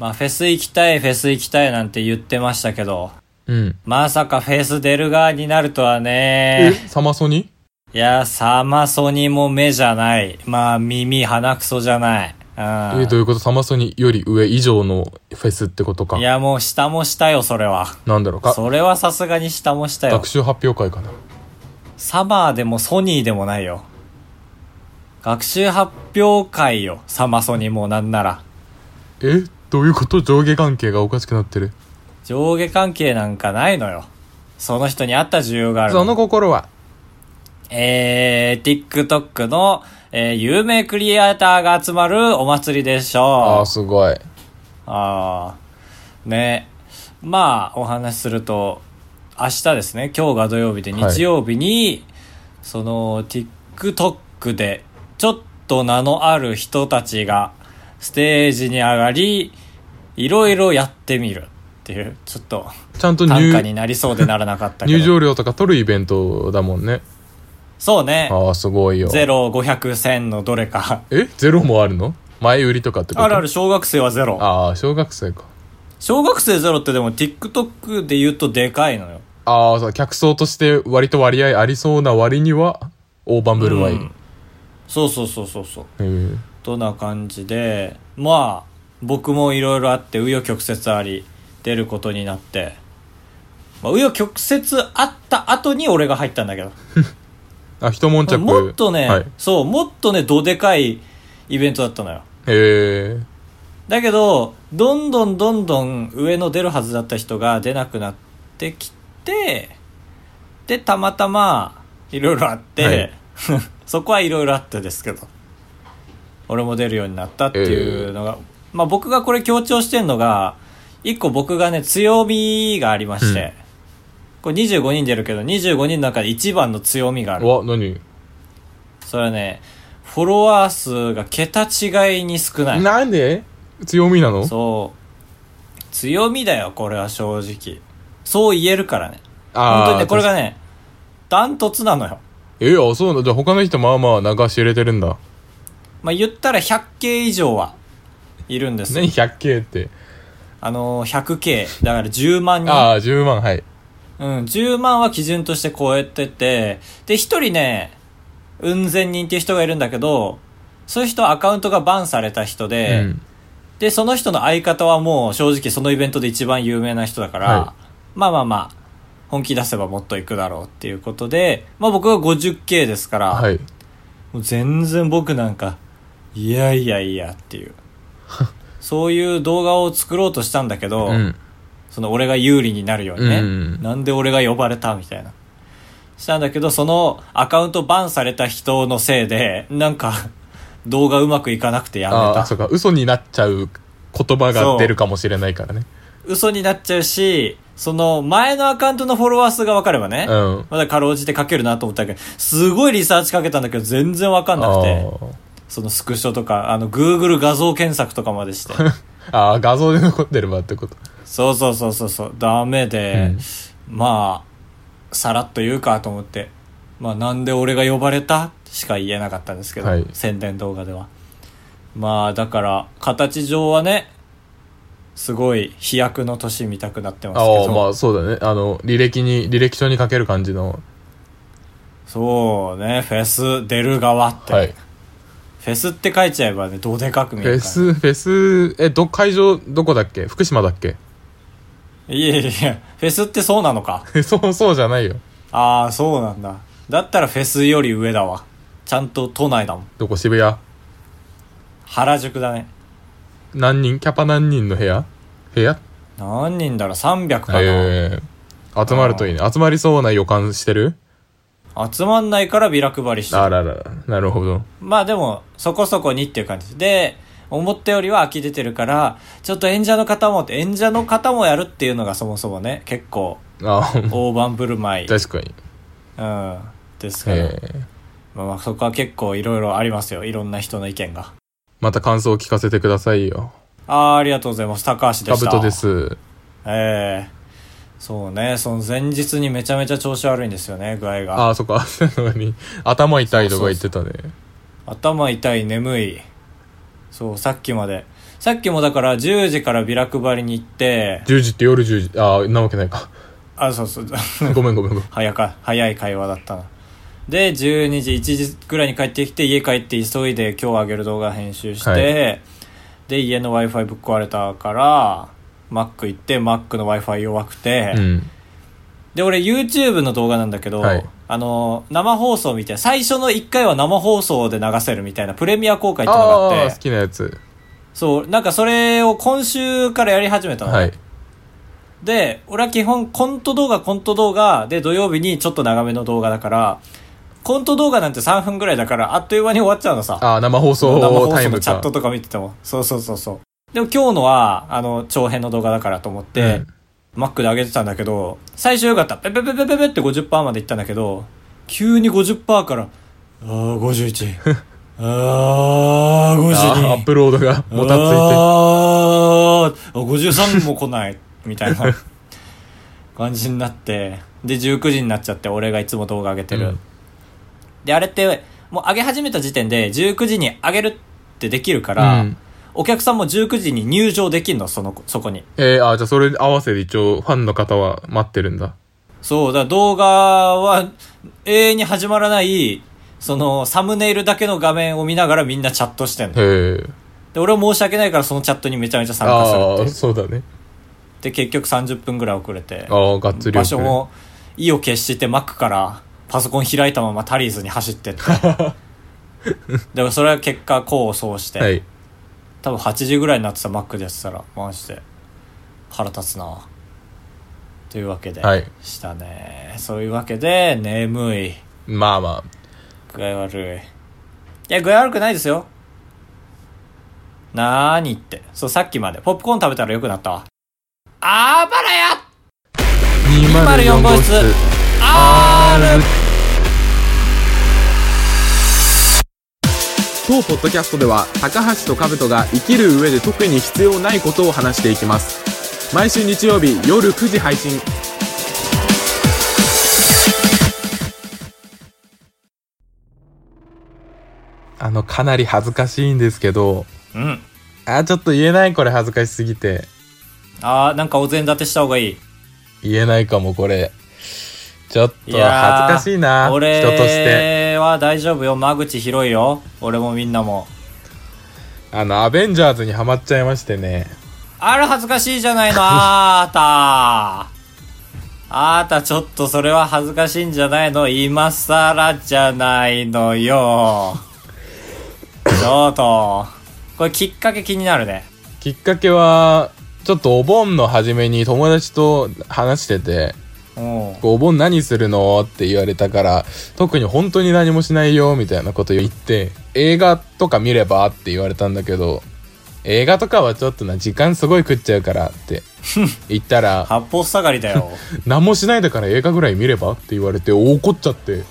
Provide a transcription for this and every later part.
まあ、フェス行きたい、フェス行きたいなんて言ってましたけど、うん。まさかフェス出る側になるとはえね。サマソニいや、サマソニも目じゃない。まあ、耳、鼻くそじゃない。うえん。どういうことサマソニより上以上のフェスってことかい。や、もう下も下よ、それは。なんだろうか。それはさすがに下も下よ学。習発表会かな。サマーでもソニーでもないよ。学習発表会よ、サマソニもなんなら。えどういうこと上下関係がおかしくなってる。上下関係なんかないのよ。その人に合った需要があるのその心はえー、TikTok の、えー、有名クリエイターが集まるお祭りでしあょあ、すごい。う。ああ。ね。まあ、お話しすると、明日ですね、今日が土曜日で、はい日曜日に、その、TikTok で、ちょっと名のある人たちが、ステージに上がり、いろいろやってみるっていう、ちょっと、ちゃんと短歌入になりそうでならなかったけど。入場料とか取るイベントだもんね。そうね。ああ、すごいよ。ゼロ、500、1000のどれか。えゼロもあるの前売りとかってことあるある、小学生はゼロ。ああ、小学生か。小学生ゼロってでも TikTok で言うとでかいのよ。ああ、そう客層として割と割合ありそうな割には、大盤振る舞い。うんそうそうそうそうそう。えーどんな感じで、まあ、僕もいろいろあって、紆余曲折あり、出ることになって。まあ、紆余曲折あった後に俺が入ったんだ けど。あ、一悶着。もっとね、はい、そう、もっとね、どでかいイベントだったのよ。えー、だけど、どんどんどんどん上の出るはずだった人が出なくなってきて、で、たまたま、いろいろあって、はい そこはいろいろあってですけど、俺も出るようになったっていうのが、まあ僕がこれ強調してるのが、一個僕がね、強みがありまして、これ25人出るけど、25人の中で一番の強みがあうる。わ、何それはね、フォロワー数が桁違いに少ない。なんで強みなのそう。強みだよ、これは正直。そう言えるからね。本あー当にね、これがね、ダントツなのよ。えー、あ、そうなんだ。じゃあ他の人まあまあ流し入れてるんだ。まあ、言ったら100系以上はいるんですよ何。100系って。あのー、100系。だから10万人。ああ、10万、はい。うん、10万は基準として超えてて、で、1人ね、うん千人っていう人がいるんだけど、そういう人はアカウントがバンされた人で、うん。で、その人の相方はもう正直そのイベントで一番有名な人だから、はまあまあまあ、本気出せばもっといくだろうっていうことで、まあ僕は 50K ですから、はい。もう全然僕なんか、いやいやいやって いう。そういう動画を作ろうとしたんだけど、うん。その俺が有利になるようにね、うんなんで俺が呼ばれたみたいな。したんだけど、そのアカウントバンされた人のせいで、なんか、動画うまくいかなくてやめあたあ、。そうか。嘘になっちゃう言葉が出るかもしれないからね。嘘になっちゃうし、その前のアカウントのフォロワー数が分かればね、うん。まだかろうじて書けるなと思ったけど、すごいリサーチかけたんだけど全然分かんなくて、そのスクショとか、あの Google 画像検索とかまでして。あーあー、画像で残ってればってこと。そうそうそうそうそう、ダメで、まあ、さらっと言うかと思って、まあなんで俺が呼ばれたしか言えなかったんですけど、はい宣伝動画では。まあだから、形上はね、すごい飛躍の年見たくなってますけああ、ど。まあそうだね。あの、履歴に、履歴書に書ける感じの。そうね、フェス出る側って。はい。フェスって書いちゃえばね、どでかく見えフるから、ェス、フェス、え、ど、会場、どこだっけ福島だっけ いやいやいや、フェスってそうなのか。そう、そうじゃないよ。ああ、そうなんだ。だったらフェスより上だわ。ちゃんと都内だもん。どこ渋谷原宿だね。何人キャパ何人の部屋部屋何人だろう ?300 かな、ええ集まるといいね。集まりそうな予感してる集まんないからビラ配りしてある。ららら、なるほど。まあでも、そこそこにっていう感じ。で、思ったよりは呆れてるから、ちょっと演者の方もって、演者の方もやるっていうのがそもそもね、結構、あ あ、大盤振る舞い。確かに。うん。ですから、ええまあまあ、そこは結構いろいろありますよ。いろんな人の意見が。また感想を聞かせてくださいよ。あーありがとうございます。高橋でカしブた。トで。す。ええそうね、その前日にめちゃめちゃ調子悪いんですよね、具合が。ああ、そっか、 そういうのに。頭痛いとか言ってたね。頭痛い、眠い。そう、さっきまで、さっきもだから10時からビラ配りに行って、 10時って夜10時、ああ、なわけな いか。あ、そうそう、ごめんごめんごめん。早か、早い会話だったな。で、12時、1時ぐらいに帰ってきて、家帰って急いで今日上げる動画編集して、はいで、家の Wi-Fi ぶっ壊れたから、Mac 行って、Mac の Wi-Fi 弱くて、うん。で、俺 YouTube の動画なんだけど、はいあの、生放送みたいな、最初の1回は生放送で流せるみたいな、プレミア公開っていうのがあああっー、好て、きなやつ。そう、なんかそれを今週からやり始めたの。はい。で、俺は基本コント動画、コント動画で土曜日にちょっと長めの動画だから、コント動画なんて3分ぐらいだからあっという間に終わっちゃうのさ。ああ、生放生放送タイ送ムのか。チャットとか見てても。そうそうそうそう。でも今日のは、あの、長編の動画だからと思って、Mac で上げてたんだけど、最初よかった。ペペペペペペって50%までいったんだけど、急に50%から、あー51。あーああ、 52アッ。プロードがもたついあー53も来ない、みたい な感じになって、で、19時になっちゃって、俺がいつも動画上げてる。うんで、あれって、もう上げ始めた時点で、19時に上げるってできるかて。うら、ん。お客さんも19時に入場できんの、その、そこに。えー、あーじゃあそれ合わせで一応ファンの方は待ってるんだ。そう、だから動画は永遠に始まらない、その、サムネイルだけの画面を見ながらみんなチャットしてんの。へえ。で、俺は申し訳ないからそのチャットにめちゃめちゃ参加するあっていあ、う。そうだね。で、結局30分ぐらい遅れて。ああ、がっつり場遅所れ。も意を決してマックからパソコン開いたままタリーズに走ってって でもそれは結果功を奏して、はい。多分8時ぐらいになってたマックでやってたらマジで腹立つなというわけではいしたね、そういうわけで眠いまあま具合悪いいや具合悪くないですよなーにってそうさっきまでポップコーン食べたらよくなったわあばらやあ。204 204号号室室。R 当ポッドキャストでは高橋と兜が生きる上で特に必要ないことを話していきます毎週日曜日夜9時配信あのかなり恥ずかしいんですけどうんあーちょっと言えないこれ恥ずかしすぎてあーなんかお膳立てした方がいい言えないかもこれちょっといやー恥ずかしいな人と俺しては大丈夫よ間口広いよ俺もみんなもあのアベンジャーズにハマっちゃいましてねあら恥ずかしいじゃないのあーたあーたちょっとそれは恥ずかしいんじゃないの今更じゃないのよちょっとこれきっかけ気になるねきっかけはちょっとお盆の初めに友達と話しててうん「お盆何するの?」って言われたから特に本当に何もしないよみたいなこと言って映画とか見ればって言われたんだけど映画とかはちょっとな時間すごい食っちゃうからって言っ たら八方塞がりだよ何もしないだから映画ぐらい見ればって言われて怒っちゃって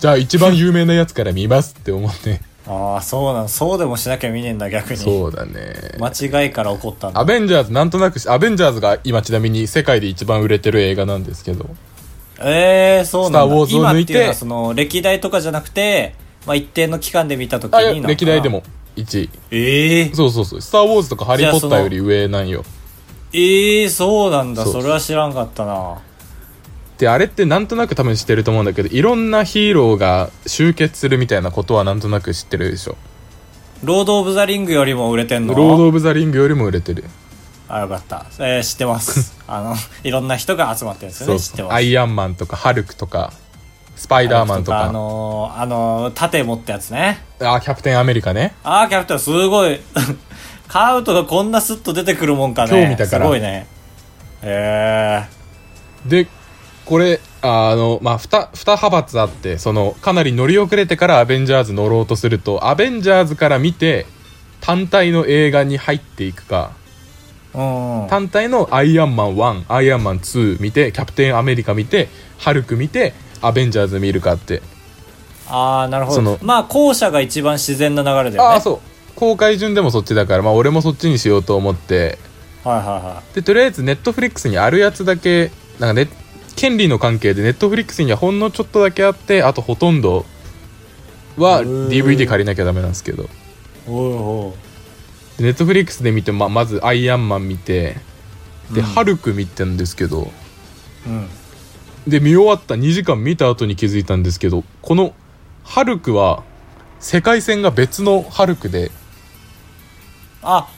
じゃあ一番有名なやつから見ますって思ってああそうなんそうでもしなきゃ見ねえんだ逆にそうだね間違いから怒ったんだアベンジャーズなんとなくしアベンジャーズが今ちなみに世界で一番売れてる映画なんですけどええー、そうなんだ。スターウォーズを抜いて今っていうのはその、歴代とかじゃなくて、まあ、一定の期間で見たときあにないのかやな歴代で。も1位ええー、そうそうそう「スター・ウォーズ」とか「ハリー・ポッター」じゃあそのより上なんよええー、そうなんだ。そうそれは知らんかったな。であれってなんとなく多分知ってると思うんだけどいろんなヒーローが集結するみたいなことはなんとなく知ってるでしょロード・オブ・ザ・リングよりも売れてんロのード・オブ・ザ・リングよりも売れてるあ、よかった。えー、知って ます。あの、いろんな人が集まってるんですよね。知ってます。アイアンマンとかハルクとかスパイダーマンとかあのー、あのー、盾持ったやつね。あキャプテンアメリカねあー、キャプテン、すごい。 カウトがこんなスッと出てくるもんかね。今日見たからすごいね。ええでこれあのまあ 2, 二派閥あってそのかなり乗り遅れてからアベンジャーズ乗ろうとするとアベンジャーズから見て単体の映画に入っていくかー。うんうん。単体のアイアンマン1アイアンマン2見てキャプテンアメリカ見てハルク見てアベンジャーズ見るかって、ああ、なるほそどの。まあ、後者が一番自然な流れだよね。ああそう公開順でもそっちだからまあ俺もそっちにしようと思ってはいはいはでとりあえずネットフリックスにあるやつだけなんか、ね、権利の関係でネットフリックスにはほんのちょっとだけあってあとほとんどはへー DVD 借りなきゃダメなんですけどい。おいおネットフリックスで見て、まあ、まず「アイアンマン」見てうで、んハルク」見てんですけどうん。で見終わった2時間見た後に気づいたんですけどこの「ハルク」は世界線が別の「ハルク」であ、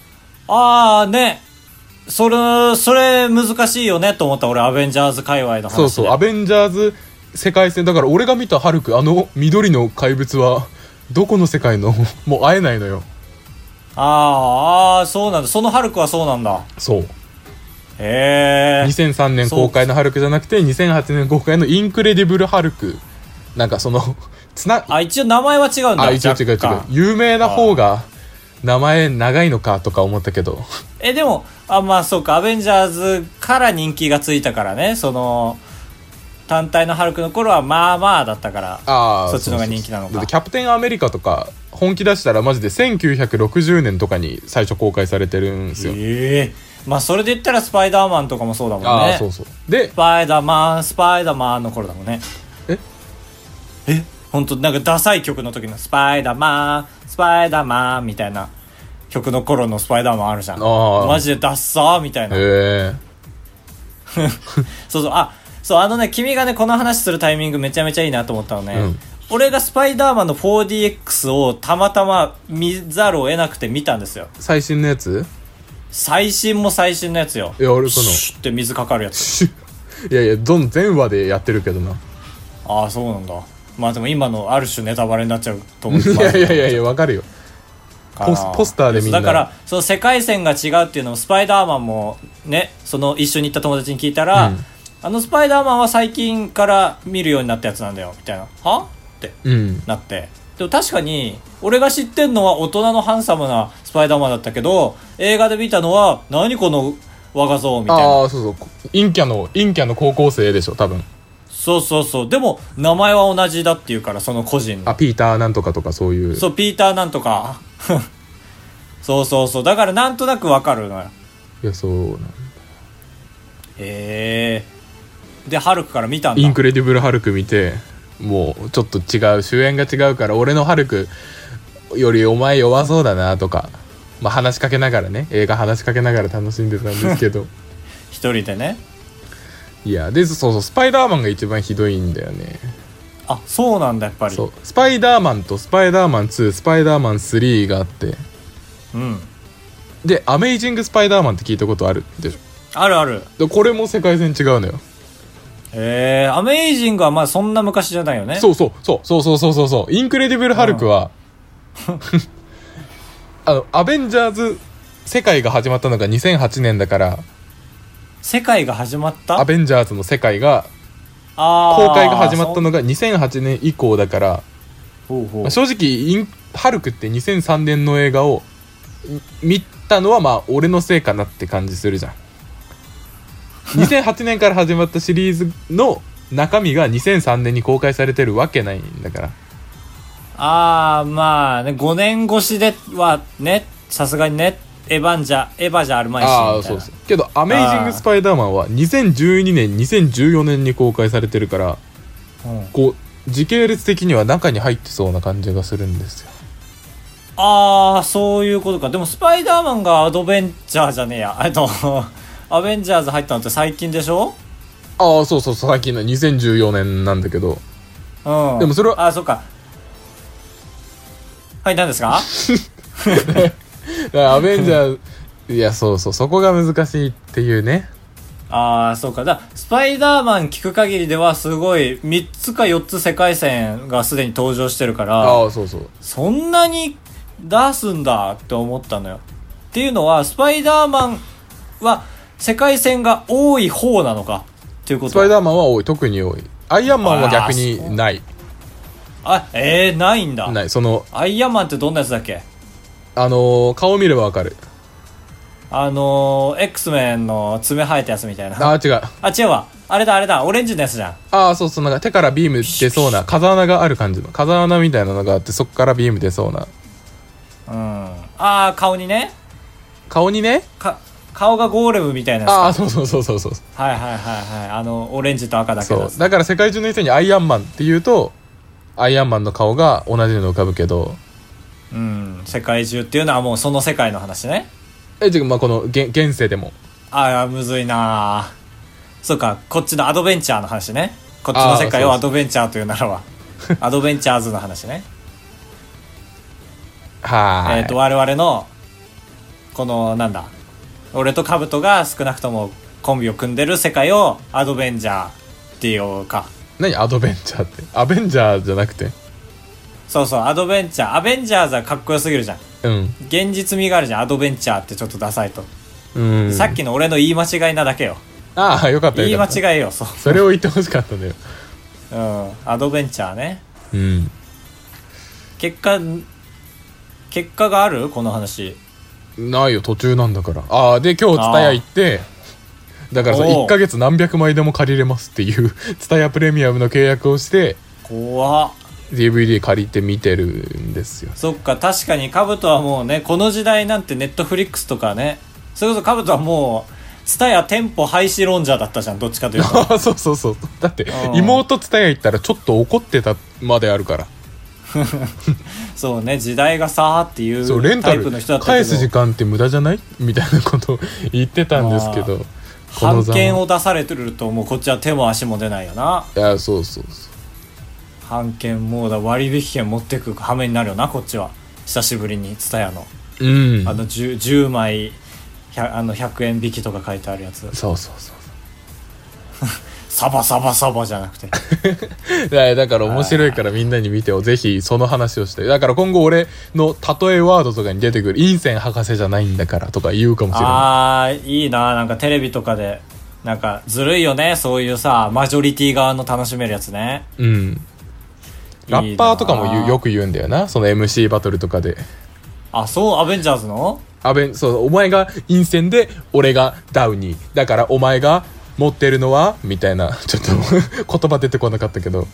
あーね。それ、それ難しいよねと思った俺、アベンジャーズ界隈の話で。そうそう「アベンジャーズ」世界線だから俺が見たハルクあの緑の怪物はどこの世界の もう会えないのよあーあー、そうなんだ。そのハルクはそうなんだ。そうへえ。 2003年公開のハルクじゃなくて2008年公開の「インクレディブル・ハルク」なんかその つなあ、一応名前は違うんだ。あ一応若違う違う干有名な方が名前長いのかとか思ったけどえ、でも、あ、まあそうか、アベンジャーズから人気がついたからね。その、単体のハルクの頃はまあまあだったから。あーそっちの方が人気なのかだってキャプテンアメリカとか本気出したらマジで1960年とかに最初公開されてるんですよ、ええまあそれで言ったらスパイダーマンとかもそうだもんね。ああそうそうでスパイダーマン、スパイダーマンの頃だもんね。ええほんと、なんかダサい曲の時のスパイダーマン、スパイダーマンみたいな曲の頃のスパイダーマンあるじゃん。あーマジでダッサーみたいな。えそうそう、あ、そう、あのね、君がね、この話するタイミングめちゃめちゃいいなと思ったのね。うん俺がスパイダーマンの 4DX をたまたま見ざるを得なくて見たんですよ。ー、最新のやつ最新も最新のやつよ。いや俺このシュッて水かかるやつ。 いやいやどん全話でやってるけどなああそうなんだまあでも今のある種ネタバレになっちゃうと思ういやいやいやいやわかるよまあポスポスターでみんなだからその世界線が違うっていうのをスパイダーマンもねその一緒に行った友達に聞いたら、うんあのスパイダーマンは最近から見るようになったやつなんだよみたいなはってうんなってでも確かに俺が知ってんのは大人のハンサムなスパイダーマンだったけど映画で見たのは何この我が像みたいなああそうそう陰キャの陰キャの高校生でしょ多分そうそうそうでも名前は同じだっていうからその個人のあピーターなんとかとかそういうそう、ピーターなんとか。 そうそうそう。だからなんとなくわかるのよ。いやそうなんへえ。で、ハルクから見たんイだン。クレディブル・ハルク見てもうちょっと違う主演が違うから俺のハルクよりお前弱そうだなとか、まあ、話しかけながらね映画話しかけながら楽しんでたんですけ ど一人でね。いやでそうそうスパイダーマンが一番ひどいんだよねあ、そうなんだ、やっぱり。そうスパイダーマンとスパイダーマン2スパイダーマン3があってうん。で「アメイジング・スパイダーマン」って聞いたことあるでしあるある。ょでこれも世界線違うのよへえ。アメイジングはまあそんな昔じゃないよね。そうそうそうそうそうそうそうそうインクレディブル・ハルクはあのアベンジャーズ世界が始まったのが2008年だから世界が始まったアベンジャーズの世界があー公開が始まったのが2008年以降だから、そうほうほうまあ正直インハルクって2003年の映画をん見たのはまあ俺のせいかなって感じするじ ゃん2008年から始まったシリーズの中身が2003年に公開されてるわけないんだからああ、まあね、5年越しではね、さすがにね、エヴァンジャ、エヴァじゃあるまいし。ああみたいそなうそうけど「アメイジング・スパイダーマン」は2012年2014年に公開されてるからうんこう時系列的には中に入ってそうな感じがするんですよああそういうことかでもスパイダーマンがアドベンチャーじゃねえやえっと アベンジャーズ入ったのって最近でしょああそうそう最近の2014年なんだけどうんでもそれはあーそっかはい何ですかだからアベンジャーズ いやそうそうそこが難しいっていうねああそうかだスパイダーマン聞く限りではすごい3つか4つ世界線がすでに登場してるからああそうそうそんなに出すんだって思ったのよっていうのはスパイダーマンは世界線が多い方なのかっていうことスパイダーマンは多い特に多いアイアンマンは逆あーにないあえー、ないんだないそのアイアンマンってどんなやつだっけあのー顔見ればわかるあのー、X メンの爪生えたやつみたいな。あああ違う違うわ。あれだ、あれだ。オレンジのやつじゃん。ああそうそうなんか手からビーム出そうな風穴がある感じの風穴みたいなのがあってそこからビーム出そうなうん。ああ、顔にね。顔にねか、顔がゴーレムみたいなやつああそうそうそうそうそうそはいはいはいはい。あの、オレンジと赤だけどう。だから世界中の人にアイアンマンって言うとアイアンマンの顔が同じの浮かぶけどうん、世界中っていうのはもうその世界の話ね。え違うまあこの現現世でもああ、むずいなあそうか、こっちのアドベンチャーの話ね。こっちの世界をあーそアドうそうベンチャーというなら ば。アドベンチャーズの話ね。はーいえっ、と、我々の、この、なんだ、俺とカブトが少なくともコンビを組んでる世界をアドベンチャーっていうか。何アドベンチャーってアベンジャーじゃなくてそうそう、アドベンチャー。アベンジャーズはかっこよすぎるじゃん。うん現実味があるじゃん。アドベンチャーってちょっとダサいと。うんさっきの俺の言い間違いなだけよ。ああよかった言いよかった間違いよ、そう。それを言ってほしかったんだようん、アドベンチャーね。うん結果、結果があるこの話。ないよ途中なんだからああで今日蔦屋行ってだからさおう1ヶ月何百枚でも借りれますっ ていう蔦屋プレミアムの契約をして怖っ DVD 借りて見てるんですよ そっか、確かにカブトはもうね、この時代なんてネットフリックスとかね、それこそカブトはもう、ツタヤ店舗廃止論者だったじゃん、どっちかという と。ああそうそうそうだってうん妹蔦屋行ったらちょっと怒ってたまであるからそうね、時代がさーっていそうレンうタタルイプの人だったけ返ど、す時間って無駄じゃないみたいなことを言ってたんですけど、この判ざま権を出されてるともうこっちは手も足も出ないよな。いやそうそうそう判権もうだ割引券持ってく羽目になるよな、こっちは。久しぶりに、ツタヤの。うんあの 10, 10枚100あの100円引きとか書いてあるやつそうそうそうサバサバサバじゃなくてだだから面白いからみんなに見てをぜひその話をしてだから今後俺の例えワードとかに出てくる「インセン博士じゃないんだから」とか言うかもしれなああいいななんかテレビとかでなんかずるいよねそういうさマジョリティ側の楽しめるやつねいうんラッパーとかも言ういいなよく言うんだよなその MC バトルとかであそうアベンジャーズのアベンそうお前がインセンで俺がダウニーだからお前が持ってるのはみたいなちょっと 言葉出てこなかったけど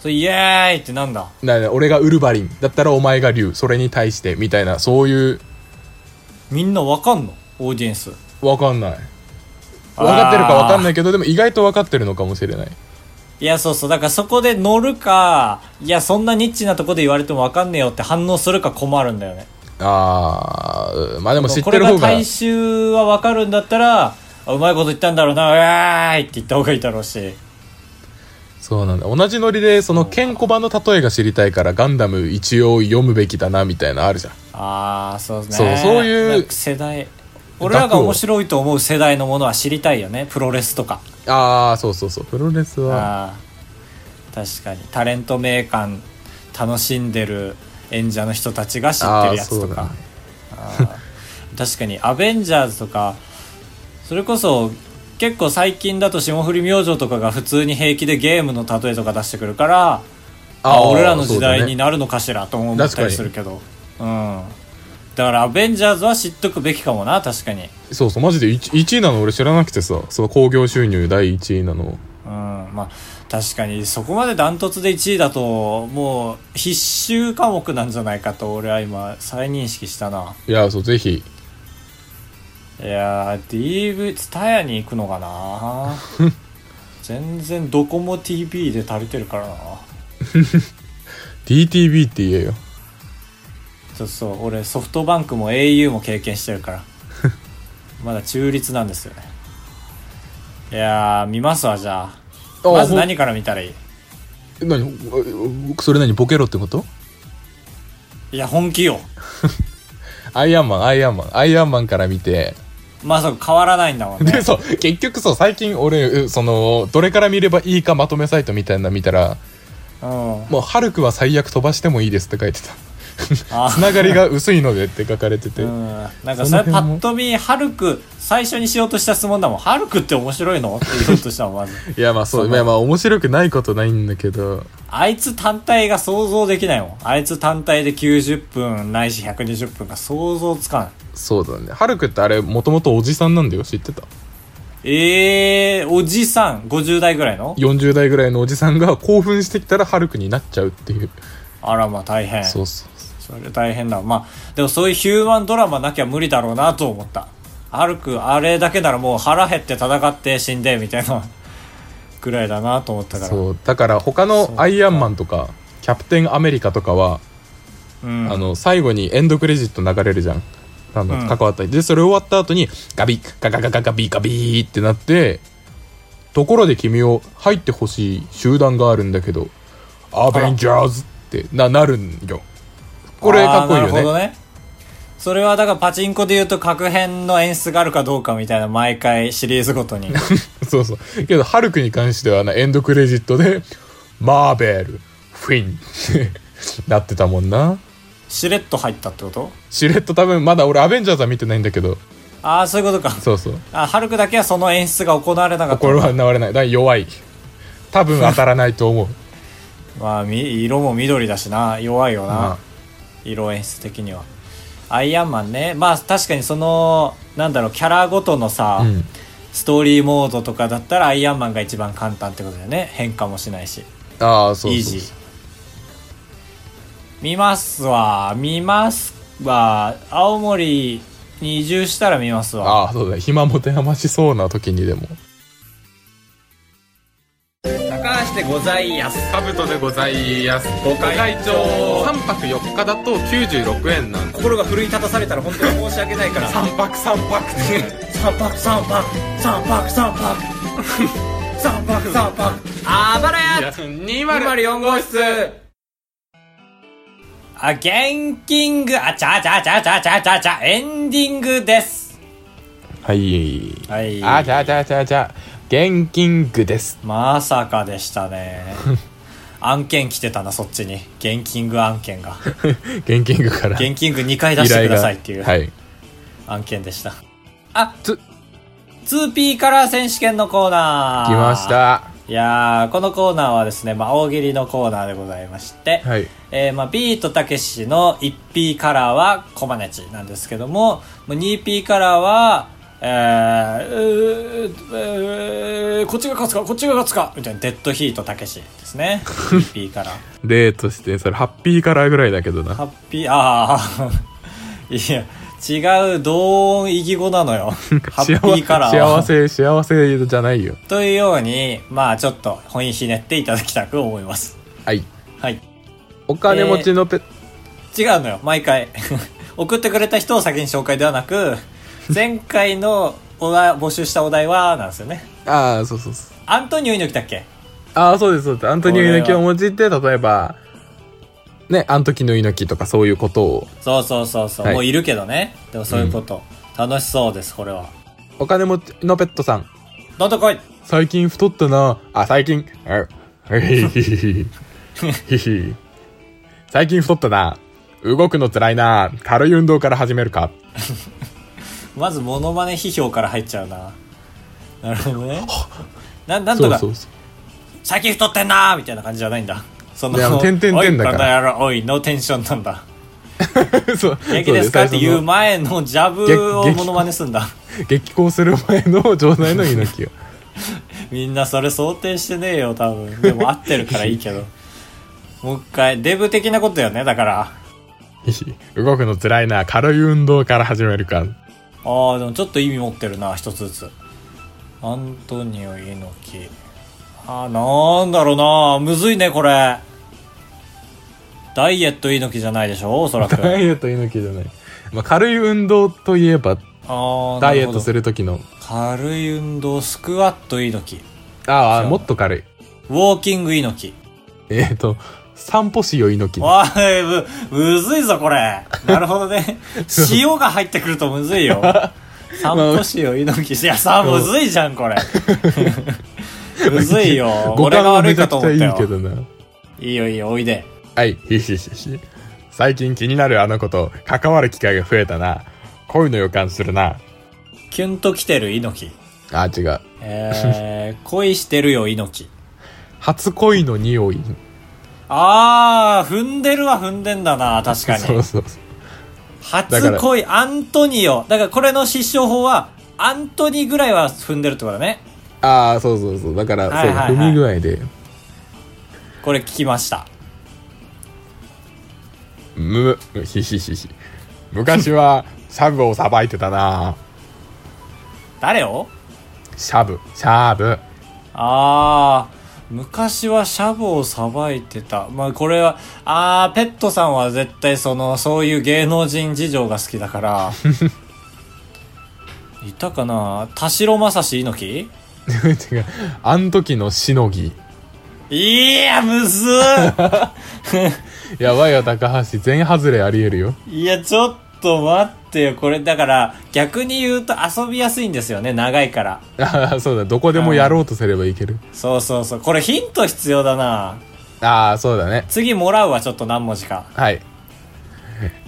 それイエーイってなんだなな俺がウルバリンだったらお前が竜それに対してみたいなそういうみんなわかんのオーディエンスわかんない分かってるか分かんないけどでも意外と分かってるのかもしれないいやそうそうだからそこで乗るかいやそんなニッチなとこで言われてもわかんねえよって反応するか困るんだよねあーまあでも知っこてれるが方が大衆は分かるんだったらあうまいこと言ったんだろうな「うわーい!」って言った方がいいだろうしそうなんだ同じノリでそのケンコバの例えが知りたいからガンダム一応読むべきだなみたいなあるじゃんああそうですそねうそういうなんか世代俺らが面白いと思う世代のものは知りたいよねプロレスとかああそうそうそうプロレスあはー確かにタレント名鑑楽しんでる演者の人たちが知ってるやつとか、あーそうだねあー確かに「アベンジャーズ」とかそれこそ結構最近だと霜降り明星とかが普通に平気でゲームの例えとか出してくるからあー俺らの時そう代だねになるのかしらとも思ったりするけどうんだから「アベンジャーズ」は知っとくべきかもな確かにそうそうマジで 1, 1位なの俺知らなくてさその興行収入第1位なのうんまあ確かにそこまでダントツで1位だともう必修科目なんじゃないかと俺は今再認識したないやそうぜひいやー DV ツタヤに行くのかな 全然ドコモ TV で足りてるからな DTV って言えよそうそう俺ソフトバンクも au も経験してるから まだ中立なんですよねいやー見ますわじゃああまずほん何から見たらいい何それ何ボケろってこといや本気よアイアンマンアイアンマンアイアンマンから見てまさか変わらないんだもんねでそう結局そう最近俺うそのどれから見ればいいかまとめサイトみたいなの見たら うん「もうハルクは最悪飛ばしてもいいです」って書いてたあ「つながりが薄いので」って書かれてて、うん、なんかそそのれ辺パもッと見ハルク最初にしようとした質問だもんハルクって面白いのって言おうとしたもんまず いやまあそそうのまあまあ面白くないことないんだけどあいつ単体が想像できないもんあいつ単体で90分ないし120分が想像つかないそうだねハルクってあれもともとおじさんなんだよ知ってたえー、おじさん50代ぐらいの40代ぐらいのおじさんが興奮してきたらハルクになっちゃうっていうあらまあ大変そそうそうそうれ大変だまあでもそういうヒューマンドラマなきゃ無理だろうなと思ったハルクあれだけならもう腹減って戦って死んでみたいなぐらいだなと思ったからそうだから他のアイアンマンとかキャプテンアメリカとかはううんあの最後にエンドクレジット流れるじゃんあの、うん関わったりでそれ終わった後にガビガガガガガビガビーってなってところで君を入ってほしい集団があるんだけどアベンジャーズってななるんよこれかっこいいあーなるほよどねねそれはだからパチンコで言うと各編の演出があるかどうかみたいな毎回シリーズご とに そうそうけどハルクに関してはなエンドクレジットでマーベルフィン ってなってたもんなしれっと入ったってことしれっと多分まだ俺アベンジャーズは見てないんだけどああそういうことかそうそうあハルクだけはその演出が行われなかったこれは治れないだから弱い多分当たらないと思うまあみ色も緑だしな弱いよな、うん色演出的にはアイアンマンねまあ確かにそのなんだろうキャラごとのさ、うんストーリーモードとかだったらアイアンマンが一番簡単ってことだよね変化もしないしああそうそうそうイージー見ますわ見ますわ青森に移住したら見ますわああそうだ暇もて余しそうな時にでも高橋でございやすカブトでございますご会長3泊4日だと96円なんで心が奮い立たされたら本当に申し訳ないから3泊3泊って三泊三泊三泊三泊三泊三泊あばらや204号室あ現金グあちゃちゃちゃちゃちゃちゃちゃエンディングですはいはいあじゃあじゃあじゃあじゃあ現金具です まさかでした ね案件来てたなそっちに現金グ案件が現金具から現金グ2回出してくださいっていうはい案件でしたあつ 2P カラー選手権のコーナー来ましたいやーこのコーナーはですね、まあ、大喜利のコーナーでございまして、はいえーまあ、ビートたけしの 1P カラーはコマネチなんですけども、もう 2P カラーは、えーうー、えーこっちが勝つか、こっちが勝つかみたいな、デッドヒートたけしですね。2P カラー。 例としてそれハッピーカラーぐらいだけどなハッピー、あー、 いや、違う同音異義語なのよ。ハッピーカラーは幸せ幸せじゃないよというように、まあちょっと本意ひねっていただきたく思います。はいはい。お金持ちのペ、違うのよ、毎回。 送ってくれた人を先に紹介ではなく、前回のお題募集したお題は、なんですよね。ああそうそうそうアントニオ猪木だっけああそうですそうですアントニオ猪木を用いて例えばねアントキの猪木とかそういうことをそうそうそうそう、はいもういるけどね。でもそういうこと。楽しそうです、これは。お金持ちのペットさんどんどん来い最近太ったなあ最近 あひひひひひ最近太ったな動くの辛いな軽い運動から始めるかまずモノマネ批評から入っちゃうな。なるほどね。ななんとか、そうそう最近太ってんなーみたいな感じじゃないんだ。そのいやもう点々点だからおい、バカ野郎おい、ノーテンションなんだ。そ うそう元気ですかっていそう前のジャブをモノマネすんだ。す激高する前の 状態の 猪木をみんなそれ想定してねえよ、多分。でも合ってるからいい けど。もう一回、デブ的なことだよね、だから。ひひ動くの辛いな軽い運動から始めるかああ、でもちょっと意味持ってるな、一つずつ。アントニオ猪木。ああ、なんだろうな。むずいね、これ。ダイエット猪木じゃないでしょ、おそらく。あ ダイエット猪木じゃない、まあ、軽い運動といえばあ、ダイエットする。る時の軽い運動、スクワット猪木。ああもっと軽いウォーキング猪木。えっ、と散歩しよ猪木おい、む、むずいぞ、これ。なるほどね。塩が入ってくるとむず いよ。散歩塩、猪木。いや、さ、むずいじゃん、 これ。むずいよ。五俺感がは悪めいちかゃとくちゃ思いったいけよ。どないいよ、いいよ、おいで。はいひひひひ最近気になるあの子と関わる機会が増えたな恋の予感するなキュンと来てる猪木。あ違うえー、恋してるよ、猪木。初恋の匂いあー、踏んでるは踏んでんだな、確かそうに。そうそうだか初ら恋、アントニオ。だから、これの失笑法は、アントニぐらいは踏んでるってことだね。ああそうそうそうだから、はいはいはいそう踏み具合でこれ聞きました。むひひひひ昔は シャブをさばいてたな誰をシャブシャブああ昔はシャブをさばいてた。まあこれは、あー、ペットさんは絶対その、そういう芸能人事情が好きだから。いたかな田代正史猪 違うあん時のしのぎ木いや、むずーやばいよ高橋全外れありえるよ いや、ちょっと待ってよ。これ、だから、逆に言うと遊びやすいんですよね。長いから。ああそうだどこでもやろうとすればいけるそうそうそう。これヒント必要だな。ああそうだね次もらうわ、ちょっと何文字か。はい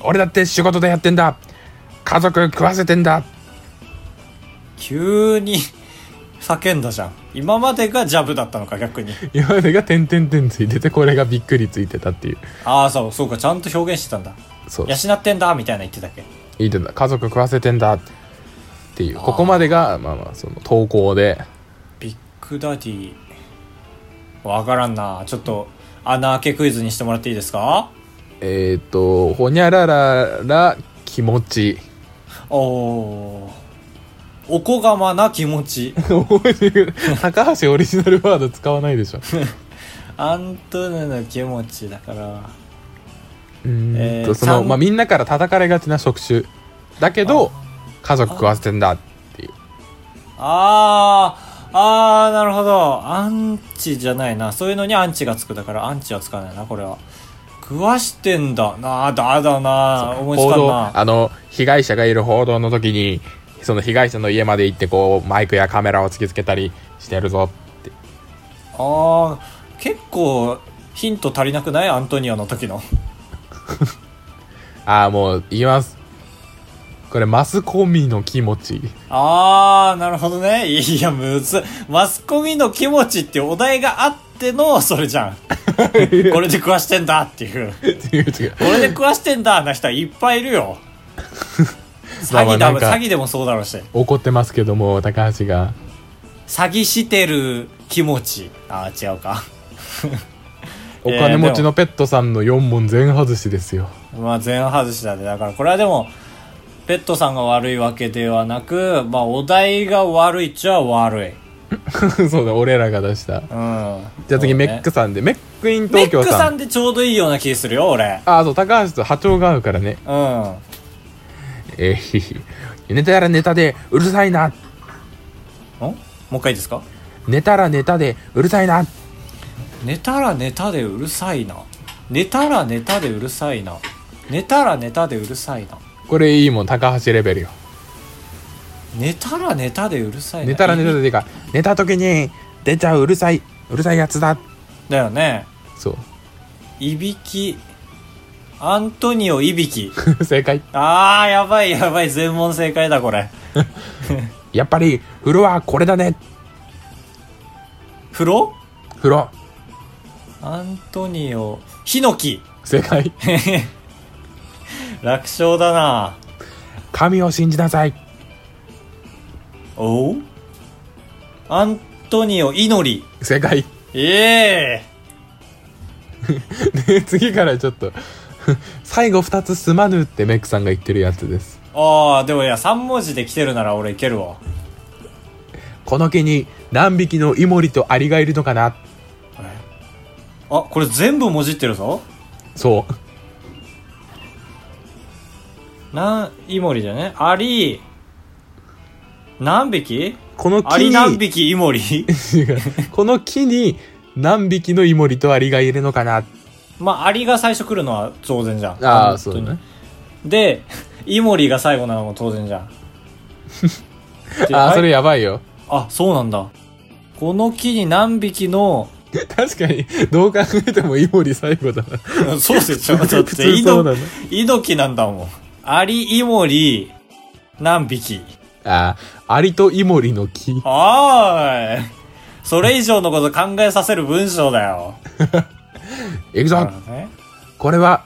俺だって仕事でやってんだ家族食わせてんだ急に叫んだじゃん今までがジャブだったのか逆に今までが点々点ついててこれがびっくりついてたっていうああそうそうかちゃんと表現してたんだそう養ってんだみたいな言ってたっけ言ってた家族食わせてんだっていうここまでがまあまあその投稿でビッグダディわからんなちょっと穴開けクイズにしてもらっていいですかえっ、とほにゃららら気持ち おおおこがまな気持ち高橋オリジナルワード使わないでしょアントヌの気持ちだからうーんとえーその、三まあ、みんなから叩かれがちな職種だけど家族食わせてんだっていうあーあーなるほどアンチじゃないなそういうのにアンチがつくだからアンチはつかないなこれは食わしてんだなあだだな思いつ報かん道なあの被害者がいる報道の時にその被害者の家まで行ってこうマイクやカメラを突きつけたりしてるぞってあー結構ヒント足りなくないアントニオの時のああもう言いますこれマスコミの気持ち ああなるほどねいやむずマスコミの気持ちっていうお題があってのそれじ ゃんこれで食わしてんだっていう違う違うこれで食わしてんだな人はいっぱいいる よま詐あまあ欺だなんか詐欺でもそうだろうし怒ってますけども高橋が詐欺してる気持ちあー違うか お金持ちのペットさんの4問全外しですよ まあ全外しだねだからこれはでもペットさんが悪いわけではなくまあお題が悪いっちゃ悪いうんそうだ俺らが出したじゃじゃあ次、メックさんでメックイン東京メックささんんでちょうどいいような気するよ俺ああそう高橋と波長が合うからねうんえーひひネタやらネタでうるさいなんもう一回いいですかネタらネタでうるさいな寝たら寝たでうるさいな寝たら寝たでうるさいな寝たら寝たでうるさいなこれいいもん高橋レベルよ寝たら寝たでうるさいなネタらネタでてか寝た時に出ちゃううるさいうるさいやつだだよねそいびきアントニオいびきう 正解あーやばいやばい全問正解だこれやっぱり風呂はこれだね風呂風呂アントニオヒノキ正解楽勝だな神を信じなさいおうアントニオ祈り正解ええで次からちょっと 最後2つすまぬってメックさんが言ってるやつですああでもいや3文字で来てるなら俺いけるわこの木に何匹のイモリとアリがいるのかなあこれ全部もじってるぞそうなんイモリだよねアリ何匹この木にアリ何匹イモリ 違うこの木に何匹のイモリとアリがいるのかなまあアリが最初来るのは当然じゃんああ本そ当うにだねで、イモリが最後なのも当然 じゃん。でああれそれやばいよあ、そうなんだ。この木に何匹 の、確かにどう考えてもイモリ最後だなそうですよ、ちょっと待普って、通イそうだノなイノキなんだもん。アリ、イモリ、何匹。ああアリとイモリの木はーい。それ以上のこと考えさせる文章だよ。いなくぞるほどね。これは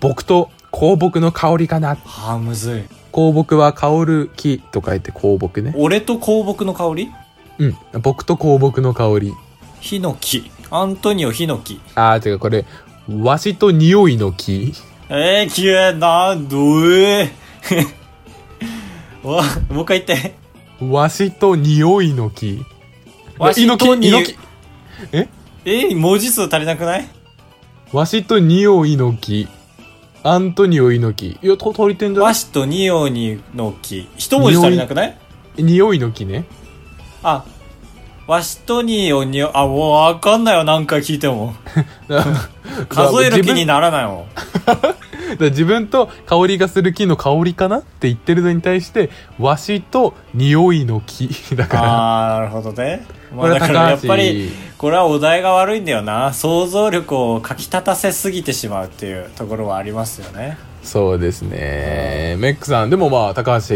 僕と香木の香りかなはあ、むずい。香木は香る木と書いて香木ね俺と香木の香りうん僕と香木の香りヒノキ。アントニオヒノキ。ああ違うこれわしと匂いの木えー、きえ、なんどえー。 わ、もう一回言って。わしと匂いの木わしとに猪木猪木ええ文字数足りなくないわしとニオ猪木アントニオ猪木いやと足りてんじゃな和い紙と二葉にの木。一文字足りなくないニオ猪木ねあ、和紙と二葉に、あ、もうわかんないよ、何回聞いて も。 数える気にならないもん。だから自分と香りがする木の香りかなって言ってるのに対してわしと匂いの木 だからあー、なるほど ね。まこあ、れだからやっぱ高り橋、これはお題が悪いんだよな。想像力をかき立たせすぎてしまうっていうところはありますよね。そうですねメックさんでもまあ高橋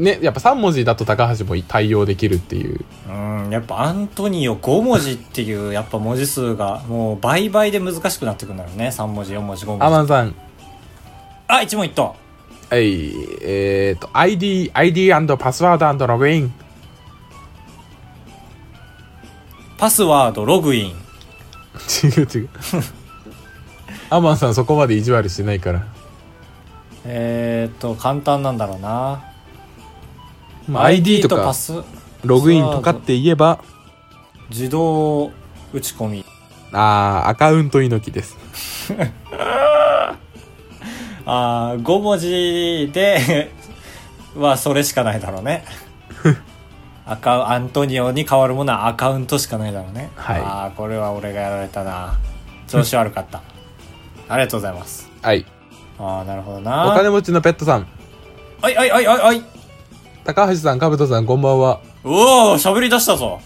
ねやっぱ3文字だと高橋も対応できるっていううん、やっぱアントニオ5文字っていう、やっぱ文字数がもう倍々で難しくなってくるんだろうね。3文字、4文字、5文字。アマンさんあ、一問一答。はいえっ、ー、と ID, ID& パスワードログインパスワード、ログイン。違う違うアマンさんそこまで意地悪してないから、えー、っと、簡単なんだろうな。まあ、ID とパかス、ログインとかって言えば自動打ち込み。あーアカウント猪木ですあー5文字で はそれしかないだろう ね。アカアントニオに変わるものはアカウントしかないだろうね。はいああ、これは俺がやられたな。調子悪か った。ありがとうございます。はいああ、なるほどおな。金持ちのペットさんはいはいはいはいはい。高橋さん、かぶとさん、こんばん は。おお、喋り出したぞ。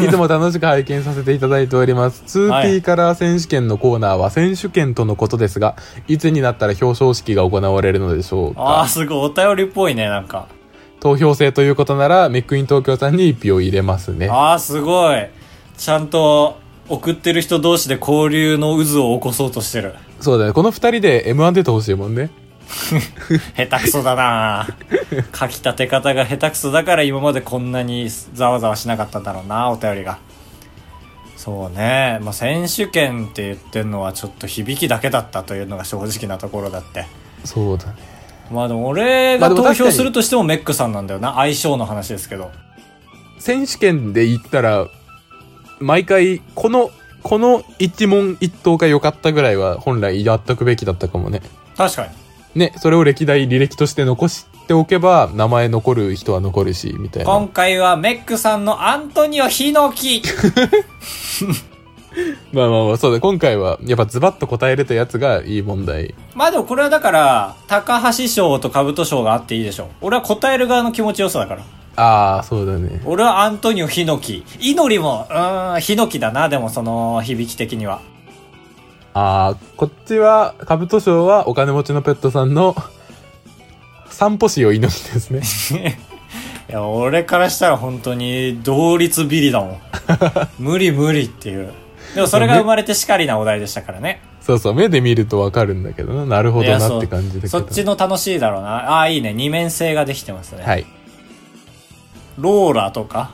いつも楽しく拝見させていただいております。はい 2P カラー選手権のコーナーは選手権とのことですが、いつになったら表彰式が行われるのでしょうああ、か。すごい。お便りっぽいね、なんか。投票制ということなら、メックイン東京さんに1票入れますね。ああ、すごい。ちゃんと送ってる人同士で交流の渦を起こそうとしてる。そうだね。この2人で M1 出てほしいもんね。下手くそだ な書き立て方が下手くそだから今までこんなにざわざわしなかったんだろうなお便りがそうね、まあ、選手権って言ってるのはちょっと響きだけだったというのが正直なところだってそうだね。まあでも俺がまあでも投確かに票するとしてもメックさんなんだよな相性の話ですけど選手権で言ったら、毎回、この、この一問一答が良かったぐらいは本来やっとくべきだったかもね。確かにね、それを歴代履歴として残しておけば、名前残る人は残るし、みたいな。今回はメックさんのアントニオ猪木まあまあまあ、そうだ、今回は、やっぱズバッと答えれたやつがいい問題。まあでもこれはだから高橋賞と兜賞があっていいでしょ俺は答える側の気持ちよさだからああ、そうだね。俺はアントニオヒノキ。祈りも、うーん、ヒノキだな、でもその響き的には。ああ、こっちは、兜賞はお金持ちのペットさんの、散歩しを祈りですね。いや、俺からしたら本当に同率ビリだも ん。無理無理っていう。でもそれが生まれてしかりなお題でしたからね。そうそう、目で見るとわかるんだけどな。なるほいどやなそっうて感じだけど。そっちの楽しいだろうな。ああー、いいね。二面性ができてますね。はい。ローラとか。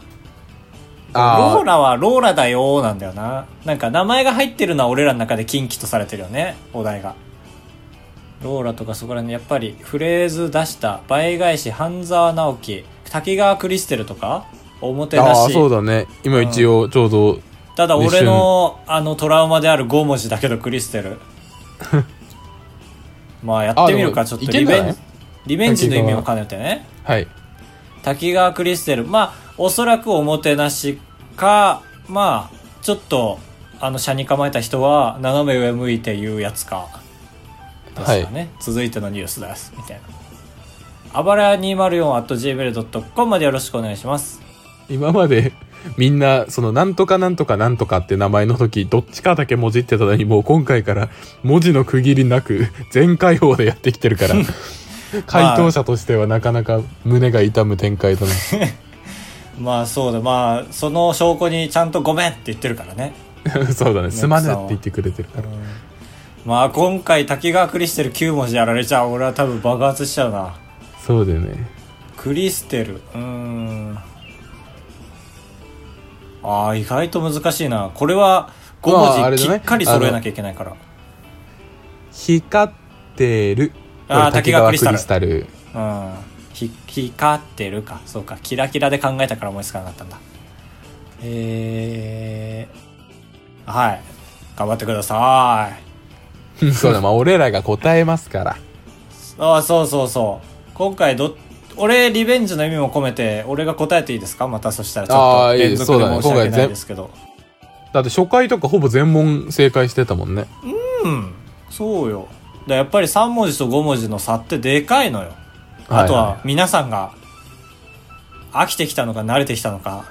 あーローラはローラだよーなんだよな。なんか名前が入ってるのは俺らの中で近畿とされてるよね、お題が。ローラとかそこら辺、やっぱりフレーズ出した、倍返し、半沢直樹、滝川クリステルとか、おもてなああ、そうし。だね。今一応、ちょうど、ただ俺のあのトラウマである5文字だけどクリステ ル。まあやってみるか、あちでょもっといけリんじゃベなンいジ、リベンジの意味を兼ねてね。はい。滝川クリステルまあおそらくおもてなしかまあちょっとあの車に構えた人は斜め上向いて言うやつかですかね、続いてのニュースですみたいなあばらや 204.gmail.com までよろしくお願いします今まで みんなそのなんとかなんとかなんとかって名前の時どっちかだけもじってたのにもう今回から文字の区切りなく 全開放でやってきてるから 回答者としてはなかなか胸が痛む展開だなまあそうだまあその証拠にちゃんとごめんって言ってるからね そうだねすまぬって言ってくれてるからまあ今回滝川クリステル9文字やられちゃう俺は多分爆発しちゃうなそうだよねクリステルうーんあー意外と難しいなこれは5まああ文れ字きだねっかり揃えなきゃいけないから、光ってるあー滝川クリスタルルうんひ光ってるかそうかキラキラで考えたから思いつかなかったんだえー、はい。頑張ってください。 そうだまあ俺らが答えますからああ、そうそうそう。今回ど、俺、リベンジの意味も込めて、俺が答えていいですかまたそしたら、ちょあっとあいい連続でそうだ申ねし訳今回な全いですけど。だって初回とかほぼ全問正解してたもんねうん。そうよ。だやっぱり3文字と5文字の差ってでかいのよ。はいはいあとは、皆さんが、飽きてきたのか慣れてきたの か、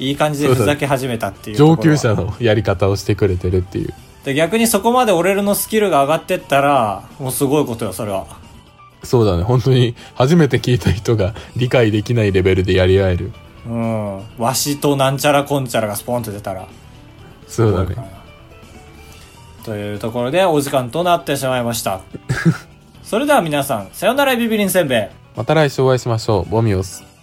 いい感じでふざけ始めたっていうところ上は級者のやり方をしてくれてるっていうで逆にそこまで俺らのスキルが上がってったら、もうすごいことよ、それは。そうだね本当に初めて聞いた人が理解できないレベルでやり合えるうん。わしとなんちゃらこんちゃらがスポンと出たら。そうだねというところでお時間となってしまいま した。それでは皆さん、さよならビビリンせんべい。また来週お会いしましょうボミオス